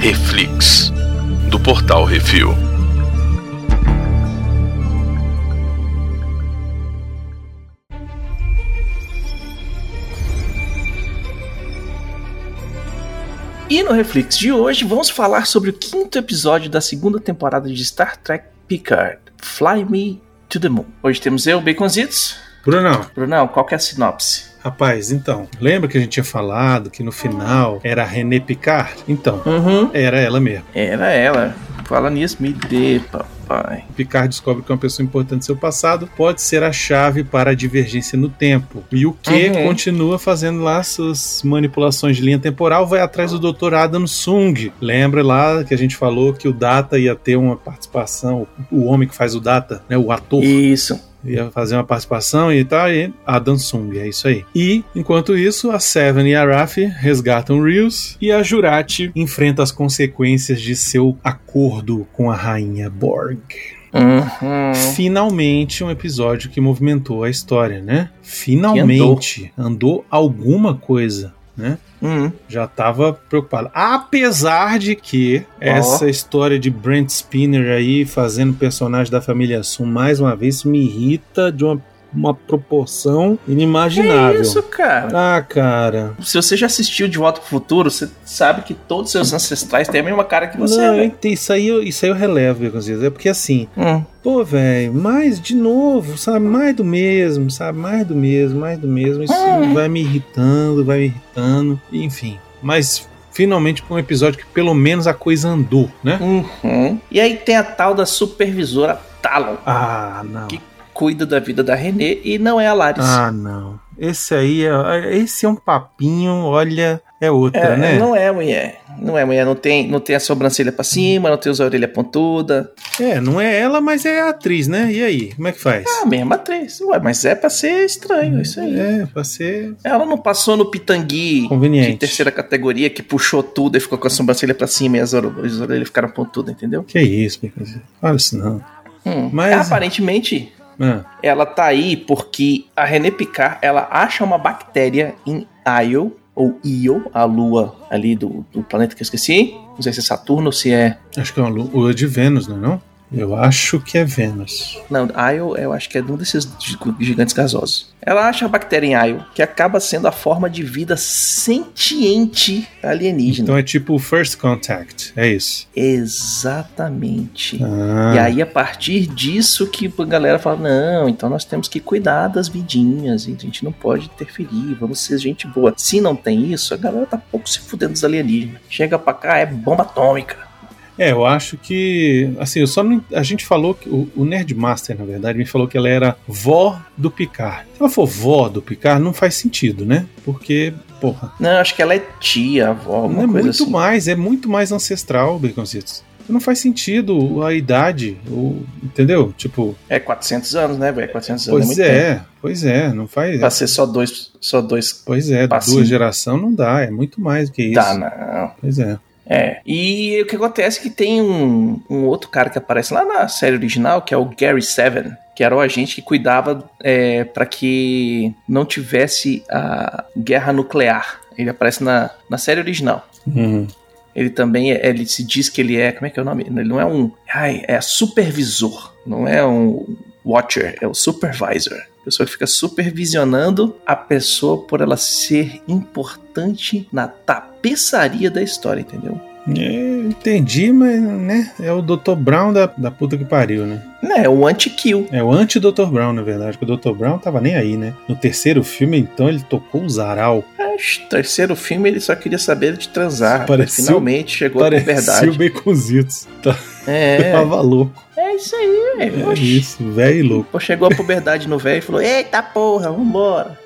Reflix, do portal Refil. E no Reflex de hoje vamos falar sobre o quinto episódio da segunda temporada de Star Trek Picard, Fly Me to the Moon. Hoje temos eu, Baconzitos. Brunão, Brunão, qual que é a sinopse? rapaz, então, lembra que a gente tinha falado que no final era a René Picard? Então, Uhum. era ela mesmo. Era ela. Fala nisso, me dê, papai. Picard descobre que é uma pessoa importante do seu passado pode ser a chave para a divergência no tempo. E o que Uhum. continua fazendo lá suas manipulações de linha temporal, vai atrás do Dr. Adam Sung. Lembra lá que a gente falou que o Data ia ter uma participação, o homem que faz o Data, né, o ator. Isso. ia fazer uma participação e tal, e Adam Sung, é isso aí. E, enquanto isso, a Seven e a Raf resgatam Rios e a Jurati enfrenta as consequências de seu acordo com a rainha Borg. Uhum. Finalmente, um episódio que movimentou a história, né? Finalmente andou alguma coisa, né? Uhum. Já tava preocupado. Apesar de que essa história de Brent Spinner aí fazendo personagem da família Sun mais uma vez me irrita de uma, uma proporção inimaginável. Que isso, cara? Ah, cara. Se você já assistiu De Volta pro Futuro, você sabe que todos seus ancestrais têm a mesma cara que você, Não, eu né? ent- isso aí, eu- isso aí eu relevo, Beconzitos. É porque assim, Hum. pô, velho, mais de novo, sabe? Mais do mesmo, sabe? Mais do mesmo, mais do mesmo. Isso Hum. vai me irritando, vai me irritando. Enfim. Mas finalmente pra um episódio que pelo menos a coisa andou, né? Uhum. E aí tem a tal da supervisora Talon, Ah, não. Que- cuida da vida da Renê e não é a Laris. Ah, não. Esse aí é. Esse é um papinho, olha, é outra, É, né? Não é mulher. Não é mulher. Não tem, não tem a sobrancelha pra cima, não tem as orelhas pontudas. É, não é ela, mas é a atriz, né? E aí, como é que faz? É a mesma atriz. Ué, mas é pra ser estranho isso aí. É, pra ser Ela não passou no pitangui de conveniente. terceira categoria que puxou tudo e ficou com a sobrancelha pra cima e as, ore- as orelhas ficaram pontudas, entendeu? Que isso, Picanzinho. Olha isso não. Hum. Mas- Aparentemente, Ah, ela tá aí porque a René Picard, ela acha uma bactéria em Io, ou Io, a lua ali do, do planeta que eu esqueci. Não sei se é Saturno ou se é... acho que é uma lu- lua de Vênus, não é não? Eu acho que é Vênus. Não, Io, eu acho que é de um desses gi- gigantes gasosos. Ela acha a bactéria em Io, que acaba sendo a forma de vida sentiente alienígena. Então é tipo o First Contact, é isso. Exatamente. Ah, E aí, a partir disso, que a galera fala: não, então nós temos que cuidar das vidinhas, e a gente não pode interferir, vamos ser gente boa. Se não tem isso, a galera tá pouco se fudendo dos alienígenas. Chega pra cá, é bomba atômica. É, eu acho que. Assim, eu só não, a gente falou que. O, o Nerdmaster, na verdade, me falou que ela era vó do Picard. Se ela for vó do Picard, não faz sentido, né? Porque, porra. Não, acho que ela é tia, avó, Não alguma é coisa muito assim. mais, é muito mais ancestral, Baconzitos. Não faz sentido a idade, o- entendeu? Tipo, É 400 anos, né, velho? 400 anos pois é muito tempo. Tá é, pois é, não faz. Pra ser só dois, só dois. Pois é, passinho. duas gerações não dá, é muito mais do que isso. Tá, não. Pois é. É. E o que acontece é que tem um, um outro cara que aparece lá na série original, que é o Gary Seven, que era o agente que cuidava é, para que não tivesse a guerra nuclear. Ele aparece na, na série original. Hum, Ele também é- ele se diz que ele é. Como é que é o nome? Ele não é um. Ai, é supervisor. Não é um watcher, é o supervisor. Pessoa que fica supervisionando a pessoa por ela ser importante na tapeçaria da história, entendeu? é, entendi, mas, né? É o Dr. Brown da, da puta que pariu, né? É, o anti-kill. É o anti-Dr. Brown, na verdade, porque o Dr. Brown tava nem aí, né? No terceiro filme, então, ele tocou o Zaral. Mas, É, terceiro filme ele só queria saber de transar. né? Pareceu- Finalmente chegou a Parecia o é verdade. Baconzitos. Tá, É, Tava louco. é isso aí, velho. É Oxi. isso, velho e louco. Pô, Chegou a puberdade no velho e falou: Eita porra, vambora.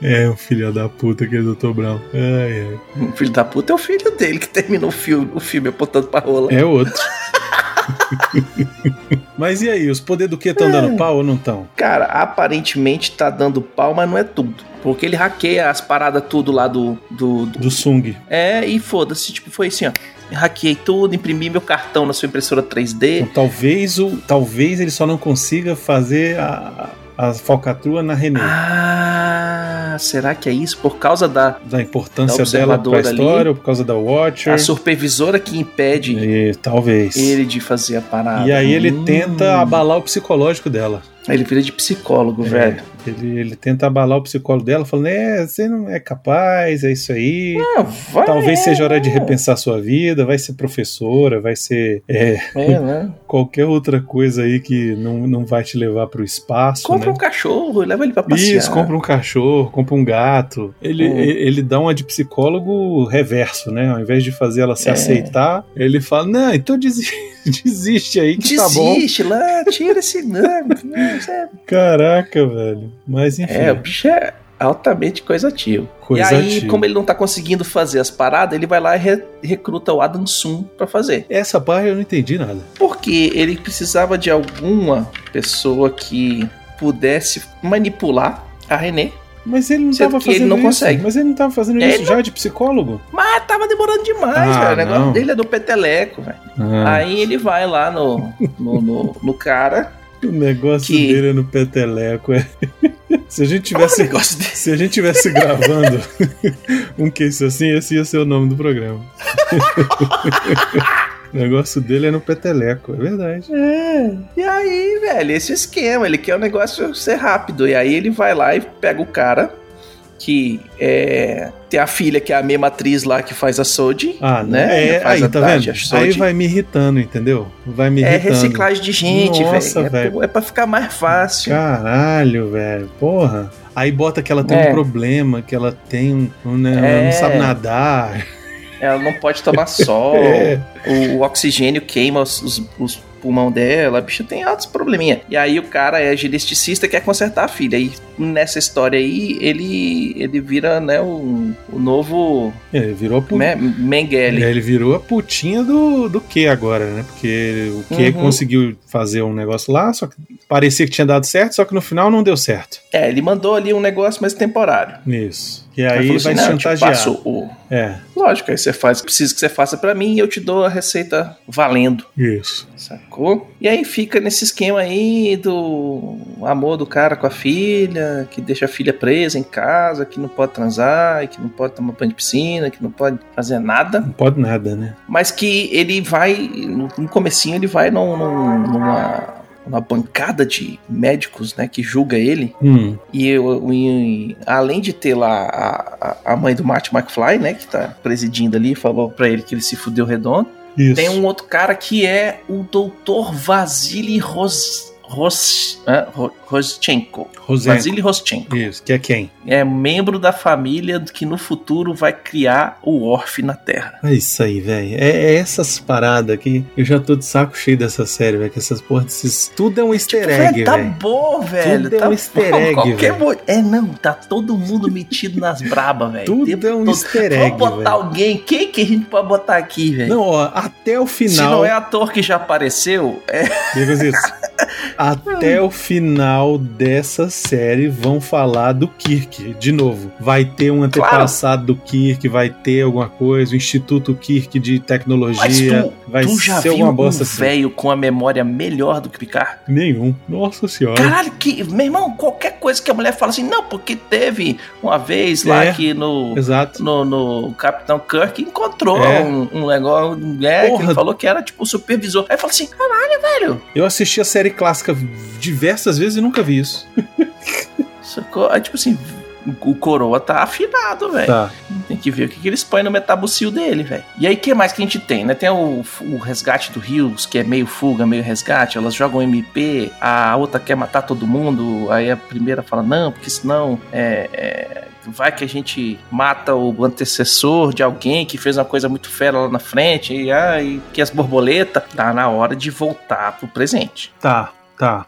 É, o filho da puta que é o Dr. Brown. Ai, ai. O filho da puta é o filho dele que terminou o filme, o filme apontando pra rola. É outro. Mas e aí, os poderes do que estão É. dando pau ou não estão? Cara, aparentemente tá dando pau, mas não é tudo. Porque ele hackeia as paradas tudo lá do. do, do- Do Sung. É, e foda-se. Tipo, foi assim, ó. Hackeei tudo, imprimi meu cartão na sua impressora 3D. Então, talvez, o, talvez Hum. ele só não consiga fazer a, a falcatrua na René. Ah, ah, será que é isso? Por causa da Da importância Da dela pra observadora tá ali. história, ou por causa da Watcher. a supervisora que impede E, talvez. ele de fazer a parada. É E aí ele Hum. tenta É. abalar o psicológico dela. Aí Ele vira de psicólogo, velho. Ele, ele tenta abalar o psicólogo dela, falando: É, você não é capaz, é isso aí. Ah, vai. Talvez seja hora de repensar sua vida, vai ser professora, vai ser é, É, né? qualquer outra coisa aí que não, não vai te levar pro espaço. Compra né? um cachorro, leva ele pra passear. Isso, compra um cachorro, compra um gato. Ele, Hum. e- ele dá uma de psicólogo reverso, né? Ao invés de fazer ela se É. aceitar, ele fala: Não, então desi- desiste aí que tá bom. Desiste lá, tira esse. Não, não, isso é- Caraca, velho. Mas enfim, é, o bicho é altamente coisativo. coisa e aí, ativa. como ele não tá conseguindo fazer as paradas, ele vai lá e re- recruta o Adam Sum pra fazer. Essa parte eu não entendi nada. Porque ele precisava de alguma pessoa que pudesse manipular a René. Mas ele não Sendo tava que ele fazendo não isso. consegue. Mas ele não tava fazendo Ele isso já de psicólogo? Mas tava demorando demais, Ah, velho. O negócio não. Ah. dele é do peteleco, velho. Aí ele vai lá no, no, no, no cara. o negócio que- dele é no peteleco. É. Se a gente tivesse. negócio dele. Se a gente tivesse gravando um case assim, esse ia ser o nome do programa. o negócio dele é no peteleco, é verdade. É. E aí, velho, esse é o esquema, ele quer o negócio ser rápido. E aí ele vai lá e pega o cara que é, tem a filha que é a mesma atriz lá que faz a Soji. Ah, né? né? É, Ele faz aí, a tá Tati, vendo? a Aí Soji. vai me irritando, entendeu? Vai me É irritando. reciclagem de gente, Nossa, velho. É, velho. pro- é pra ficar mais fácil. Caralho, velho. Porra. Aí bota que ela tem É. um problema, que ela tem um. um né, Ela É. não sabe nadar. Ela não pode tomar sol, É. o, o oxigênio queima os, os, os pulmão dela, a bicha tem altos probleminha. E aí o cara é geneticista e quer consertar a filha. E nessa história aí, ele, ele vira, né, um- o novo Ele virou a putinha. né, Mengele. Ele virou a putinha do, do que agora, né? Porque o que Uhum. conseguiu fazer um negócio lá, só que parecia que tinha dado certo, só que no final não deu certo. É, ele mandou ali um negócio, mas temporário. Isso. E falou aí vai assim, se "Não, eu te chantagear. passo o... É, Lógico, aí você faz, preciso que você faça pra mim e eu te dou a receita valendo, isso. sacou? E aí fica nesse esquema aí do amor do cara com a filha, que deixa a filha presa em casa, que não pode transar, que não pode tomar banho de piscina, que não pode fazer nada, Não pode nada, né? mas que ele vai, no no comecinho ele vai num- num- numa, numa bancada de médicos, né, que julga ele, Hum, E eu, e- além de ter lá a, a- a mãe do Marty McFly, né, que tá presidindo ali, falou pra ele que ele se fudeu redondo, isso. tem um outro cara que é o Dr. Vasily Ros, Ros, hã? Ro- Roschenko. Rosenco. Vasily Roschenko. Isso, que é quem? É membro da família que no futuro vai criar o Orf na Terra. É isso aí, velho. É, é essas paradas que eu já tô de saco cheio dessa série, velho. Que essas porra desses. Tudo é um easter egg, Velho, tá velho. bom, velho. Tudo é tá um easter bom, egg, qualquer velho. mo- É, não, tá todo mundo metido nas brabas, velho. O tempo Tudo é um todo. easter egg. Vamos botar velho. alguém. Quem que a gente pode botar aqui, velho? Não, ó, até o final. Se não é ator que já apareceu, é Diga isso. Até o final dessa série vão falar do Kirk, de novo. Vai ter um antepassado do Kirk, vai ter alguma coisa, o Instituto Kirk de Tecnologia. Mas vai tu já ser viu alguma um bosta assim. velho com a memória melhor do que Picard? Nenhum. Nossa senhora. Caralho, que, meu irmão, qualquer coisa que a mulher fala assim, não, porque teve uma vez lá É. que no, Exato. no, no Capitão Kirk encontrou É. um, um negócio, um é, que Porra. ele falou que era tipo o supervisor. Aí fala assim, caralho, velho, Eu assisti a série clássica diversas vezes e nunca vi isso. sacou? Aí tipo assim, o coroa tá afinado, velho. Tá. Tem que ver o que, que eles põem no metabucil dele, velho. E aí, o que mais que a gente tem, né? Tem o, o resgate do Rios, que é meio fuga, meio resgate. Elas jogam MP, a outra quer matar todo mundo. Aí a primeira fala, não, porque senão é, é, vai que a gente mata o antecessor de alguém que fez uma coisa muito fera lá na frente. E aí, que as borboletas. Tá na hora de voltar pro presente. Tá, tá.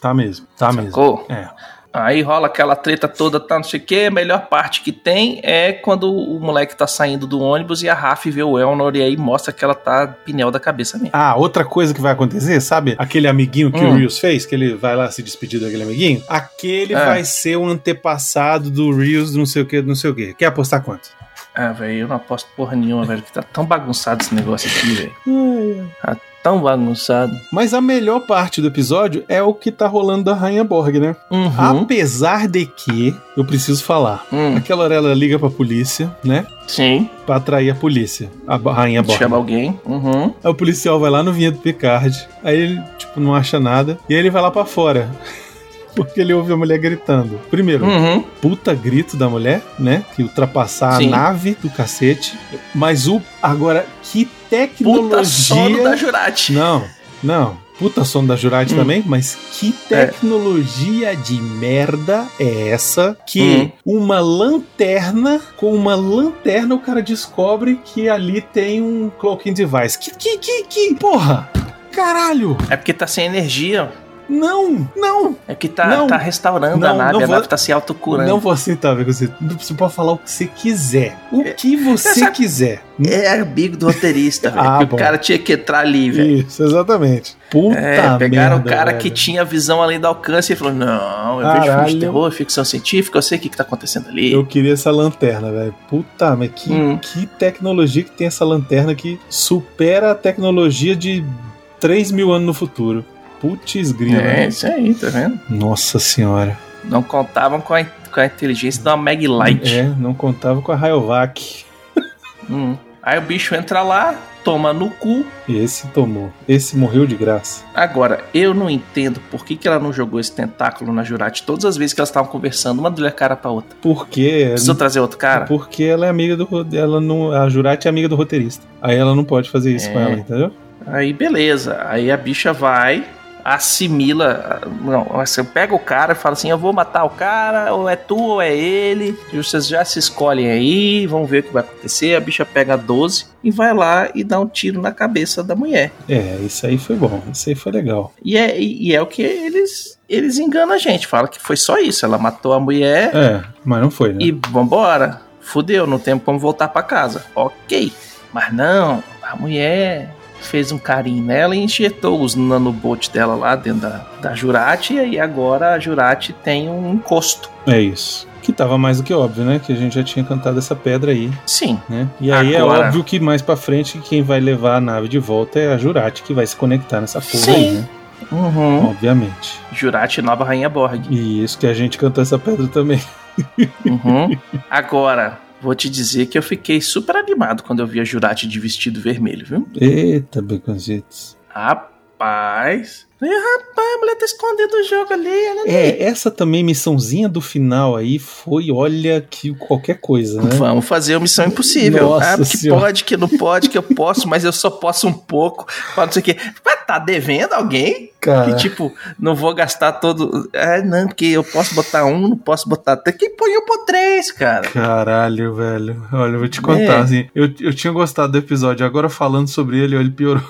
Tá mesmo. Tá mesmo. Sacou? É. Aí rola aquela treta toda, tá, não sei o que. A melhor parte que tem é quando o moleque tá saindo do ônibus e a Raf vê o Elnor e aí mostra que ela tá pneu da cabeça mesmo. Ah, outra coisa que vai acontecer, sabe? Aquele amiguinho que Hum. o Rios fez, que ele vai lá se despedir daquele amiguinho. Aquele É. vai ser o antepassado do Rios, não sei o que, não sei o que. Quer apostar quanto? Ah, velho, eu não aposto porra nenhuma, velho, que tá tão bagunçado esse negócio aqui, velho. tão bagunçado. Mas a melhor parte do episódio é o que tá rolando da Rainha Borg, né? Uhum. Apesar de que, eu preciso falar. Hum, Aquela hora ela liga pra polícia, né? sim. Pra atrair a polícia. A ba- Rainha Borg. Chama alguém. Uhum. Aí o policial vai lá no vinhedo Picard. Aí ele, tipo, não acha nada. E aí ele vai lá pra fora. Porque ele ouve a mulher gritando. Primeiro, Uhum. puta grito da mulher, né? Que ultrapassar Sim. a nave do cacete. Mas o. Agora, que Puta sono tecnologia. da Jurati. Não, não. Puta sono da Jurati Hum. também, mas que É. tecnologia de merda é essa que Hum. uma lanterna, com uma lanterna o cara descobre que ali tem um cloaking device. Que, que, que, que, porra! Caralho! É porque tá sem energia. Não, não, É porque tá, Não. tá restaurando a Não, nave. não A vou- nave tá se autocurando. não vou aceitar, velho. Você, você pode falar o que você quiser. O que você É. sabe- quiser. É amigo do roteirista, velho. Ah, que bom. o cara tinha que entrar ali, velho. Isso, exatamente. Puta É, pegaram merda, o cara velho. que tinha visão além do alcance e falou: Não, eu vejo filme Caralho. de terror, ficção científica, eu sei o que, que tá acontecendo ali. Eu queria essa lanterna, velho. Puta, mas que, Hum. que tecnologia que tem essa lanterna que supera a tecnologia de 3 mil anos no futuro. Putz grila. É, isso aí, tá vendo? Nossa senhora. Não contavam com a, com a inteligência da Meg Light. É, não contava com a Rayovac. Hum. Aí o bicho entra lá, toma no cu. Esse tomou. Esse morreu de graça. Agora, eu não entendo por que, que ela não jogou esse tentáculo na Jurati todas as vezes que elas estavam conversando, uma deu a cara pra outra. Porque. Precisou trazer outro tá cara? Porque ela é amiga do. ro- Ela não, a Jurati é amiga do roteirista. Aí ela não pode fazer isso É. com ela, entendeu? Aí beleza, aí a bicha vai, assimila, não, você pega o cara e fala assim, eu vou matar o cara, ou é tu ou é ele, e vocês já se escolhem aí, vão ver o que vai acontecer, a bicha pega a 12 e vai lá e dá um tiro na cabeça da mulher. É, isso aí foi bom. Isso aí foi legal. E é, e e é o que eles, eles enganam a gente, fala que foi só isso, ela matou a mulher É, mas não foi, né? e vambora, fudeu, não tem como voltar pra casa, ok, mas não, a mulher fez um carinho nela e injetou os nanobots dela lá dentro da, da Jurati e agora a Jurati tem um encosto. É isso. Que tava mais do que óbvio, né? Que a gente já tinha cantado essa pedra aí, Sim, né? E aí é Agora. óbvio que mais pra frente quem vai levar a nave de volta é a Jurati, que vai se conectar nessa porra Sim. aí, né? uhum. Obviamente. Jurati nova rainha Borg. E isso que a gente cantou essa pedra também. Uhum. agora, vou te dizer que eu fiquei super animado quando eu vi a Jurati de vestido vermelho, viu? Eita, baconzitos. Rapaz... Ih, rapaz, a mulher tá escondendo o jogo ali, olha ali. É, essa também missãozinha do final aí foi, olha, que qualquer coisa, né? Vamos fazer o Missão Impossível. Nossa ah, que Senhora. pode, que não pode, que eu posso, mas eu só posso um pouco. Pra não sei o quê. Mas tá devendo alguém? Que Cara, tipo, não vou gastar todo. Ah, não, porque eu posso botar um, não posso botar. três. Quem põe um por três, cara? caralho, velho. Olha, eu vou te contar, É. assim, eu, eu tinha gostado do episódio, agora falando sobre ele, ó, ele piorou.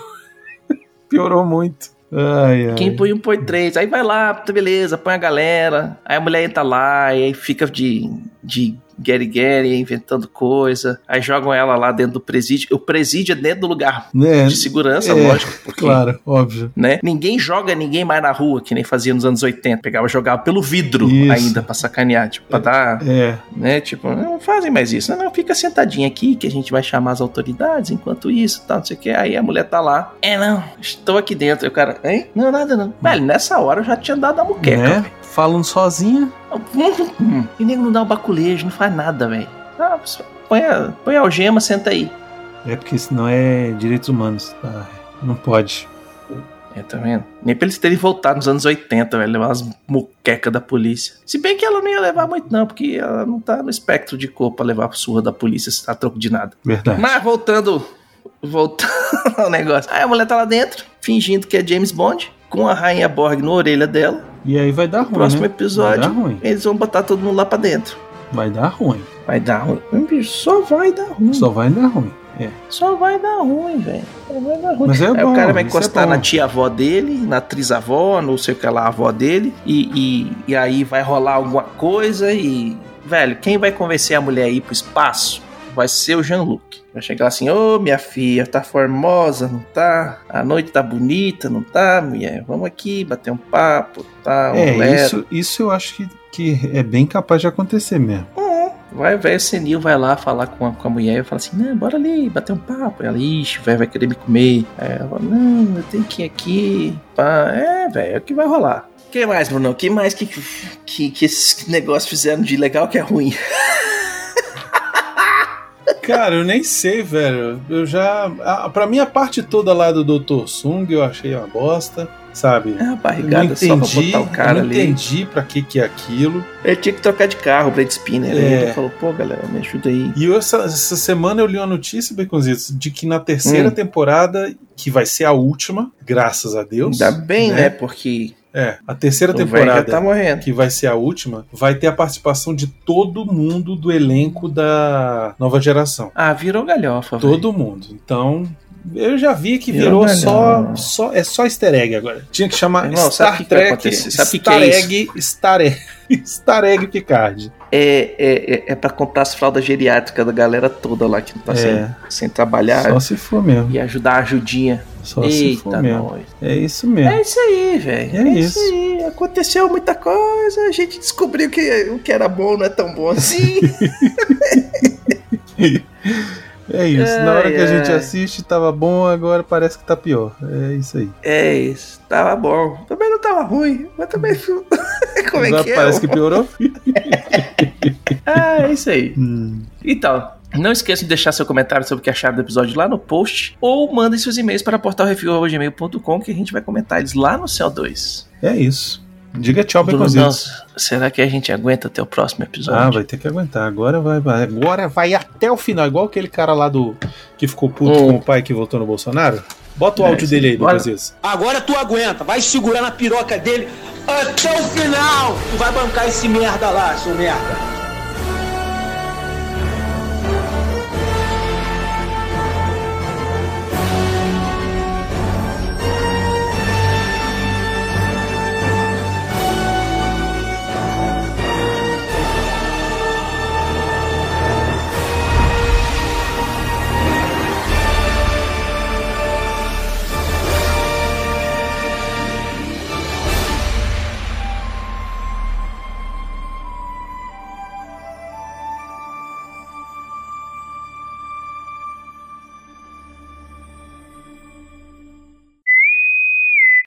piorou muito. Ai, ai. Quem põe um põe três. Aí vai lá, tá beleza, põe a galera. Aí a mulher entra lá, e aí fica de. de Gary Gary inventando coisa. Aí jogam ela lá dentro do presídio. O presídio é dentro do lugar Né? de segurança, é, lógico. Porque Claro, óbvio. né? Ninguém joga ninguém mais na rua, que nem fazia nos anos 80. Pegava, jogava pelo vidro Isso. ainda pra sacanear, tipo, pra dar, É, né? Tipo, não fazem mais isso. Não, não, fica sentadinha aqui que a gente vai chamar as autoridades enquanto isso, tal, não sei o que. Aí a mulher tá lá. É, não, estou aqui dentro. E o cara, hein? Não, nada não. Velho, nessa hora eu já tinha dado a muqueca. Hum. né? velho. Falando sozinha. Hum, hum, hum. E nego não dá o baculejo, não faz nada, velho. Ah, põe a, põe a algema, senta aí. É porque isso não é direitos humanos. Ai, não pode. É, tá vendo? Nem pra eles terem voltado nos anos 80, velho, levar umas muquecas da polícia. Se bem que ela não ia levar muito, não, porque ela não tá no espectro de cor pra levar a surra da polícia a troco de nada. Verdade. Mas voltando. Voltando ao negócio. Aí a mulher tá lá dentro, fingindo que é James Bond, com a rainha Borg na orelha dela. E aí vai dar ruim. Próximo né? Vai dar episódio, ruim. eles vão botar todo mundo lá pra dentro. Vai dar ruim. Vai dar ruim. Hum, bicho, Só vai dar ruim. Só, Só vai dar ruim. É. vai dar ruim, velho. Só vai dar ruim. Mas é Aí bom. o cara vai isso é encostar bom. na tia-avó dele, na trisavó, não sei o que lá, a avó dele, e, e, e aí vai rolar alguma coisa e. Velho, quem vai convencer a mulher a ir pro espaço vai ser o Jean-Luc. Vai chegar lá assim, ô minha filha, tá formosa, não tá? A noite tá bonita, não tá, mulher? Vamos aqui bater um papo, tá? Um É, lero." isso, isso eu acho que, que é bem capaz de acontecer mesmo. Hum, Vai, o velho senil vai lá falar com a, com a mulher e fala assim: não, bora ali, bater um papo. Ela, ixi, velho vai querer me comer. Aí ela fala: não, eu tenho que ir aqui. Pá. É, velho, é o que vai rolar. O que mais, Bruno? O que mais que, que, que esses negócios fizeram de legal que é ruim? Cara, eu nem sei, velho. Eu já. A, pra mim, a parte toda lá do Dr. Sung eu achei uma bosta, sabe? É uma barrigada só pra botar o cara eu não ali. entendi pra que que é aquilo. Ele tinha que trocar de carro, Blade Spinner. Aí É. ele falou: pô, galera, me ajuda aí. E eu, essa, essa semana eu li uma notícia, Baconzitos, de que na terceira Hum. temporada, que vai ser a última, graças a Deus. Ainda bem, né? Porque É, a terceira o velho já temporada. tá morrendo. que vai ser a última, vai ter a participação de todo mundo do elenco da nova geração. Ah, virou galhofa. velho. Todo mundo. Então, eu já vi que Virou virou só, galhão. só é só easter egg agora. Tinha que chamar Irmão, sabe o Star que que vai Trek, acontecer? Sabe o que que Star é Egg, Star Egg, Star Egg Picard. É, é, é, é pra contar as fraldas geriátricas da galera toda lá que não tá É. sem, sem trabalhar Só se for mesmo. e ajudar a ajudinha. Só se for Eita, mesmo. nós. É isso mesmo. É isso aí, velho. É É, isso. isso. aí. Aconteceu muita coisa, a gente descobriu que o que era bom não é tão bom assim. É isso. Na hora que a Ai, gente ai. assiste, tava bom, agora parece que tá pior. É isso aí. é isso. Tava bom. Também não tava ruim, mas também. fui- Como é Agora que é? parece que piorou. Ah, é isso aí. Hum. Então, não esqueça de deixar seu comentário sobre o que acharam do episódio lá no post ou mandem seus e-mails para portalrefil.gmail.com que a gente vai comentar eles lá no CO2. É isso. Diga é tchau, Brunão, Baconzitos. será que a gente aguenta até o próximo episódio? Ah, vai ter que aguentar. Agora vai, vai. Agora vai até o final. Igual aquele cara lá do. que ficou puto Hum. com o pai que votou no Bolsonaro. Bota o É, áudio sim. dele aí, Bora. Brasil. Agora tu aguenta, vai segurar na piroca dele até o final. Tu vai bancar esse merda lá, seu merda.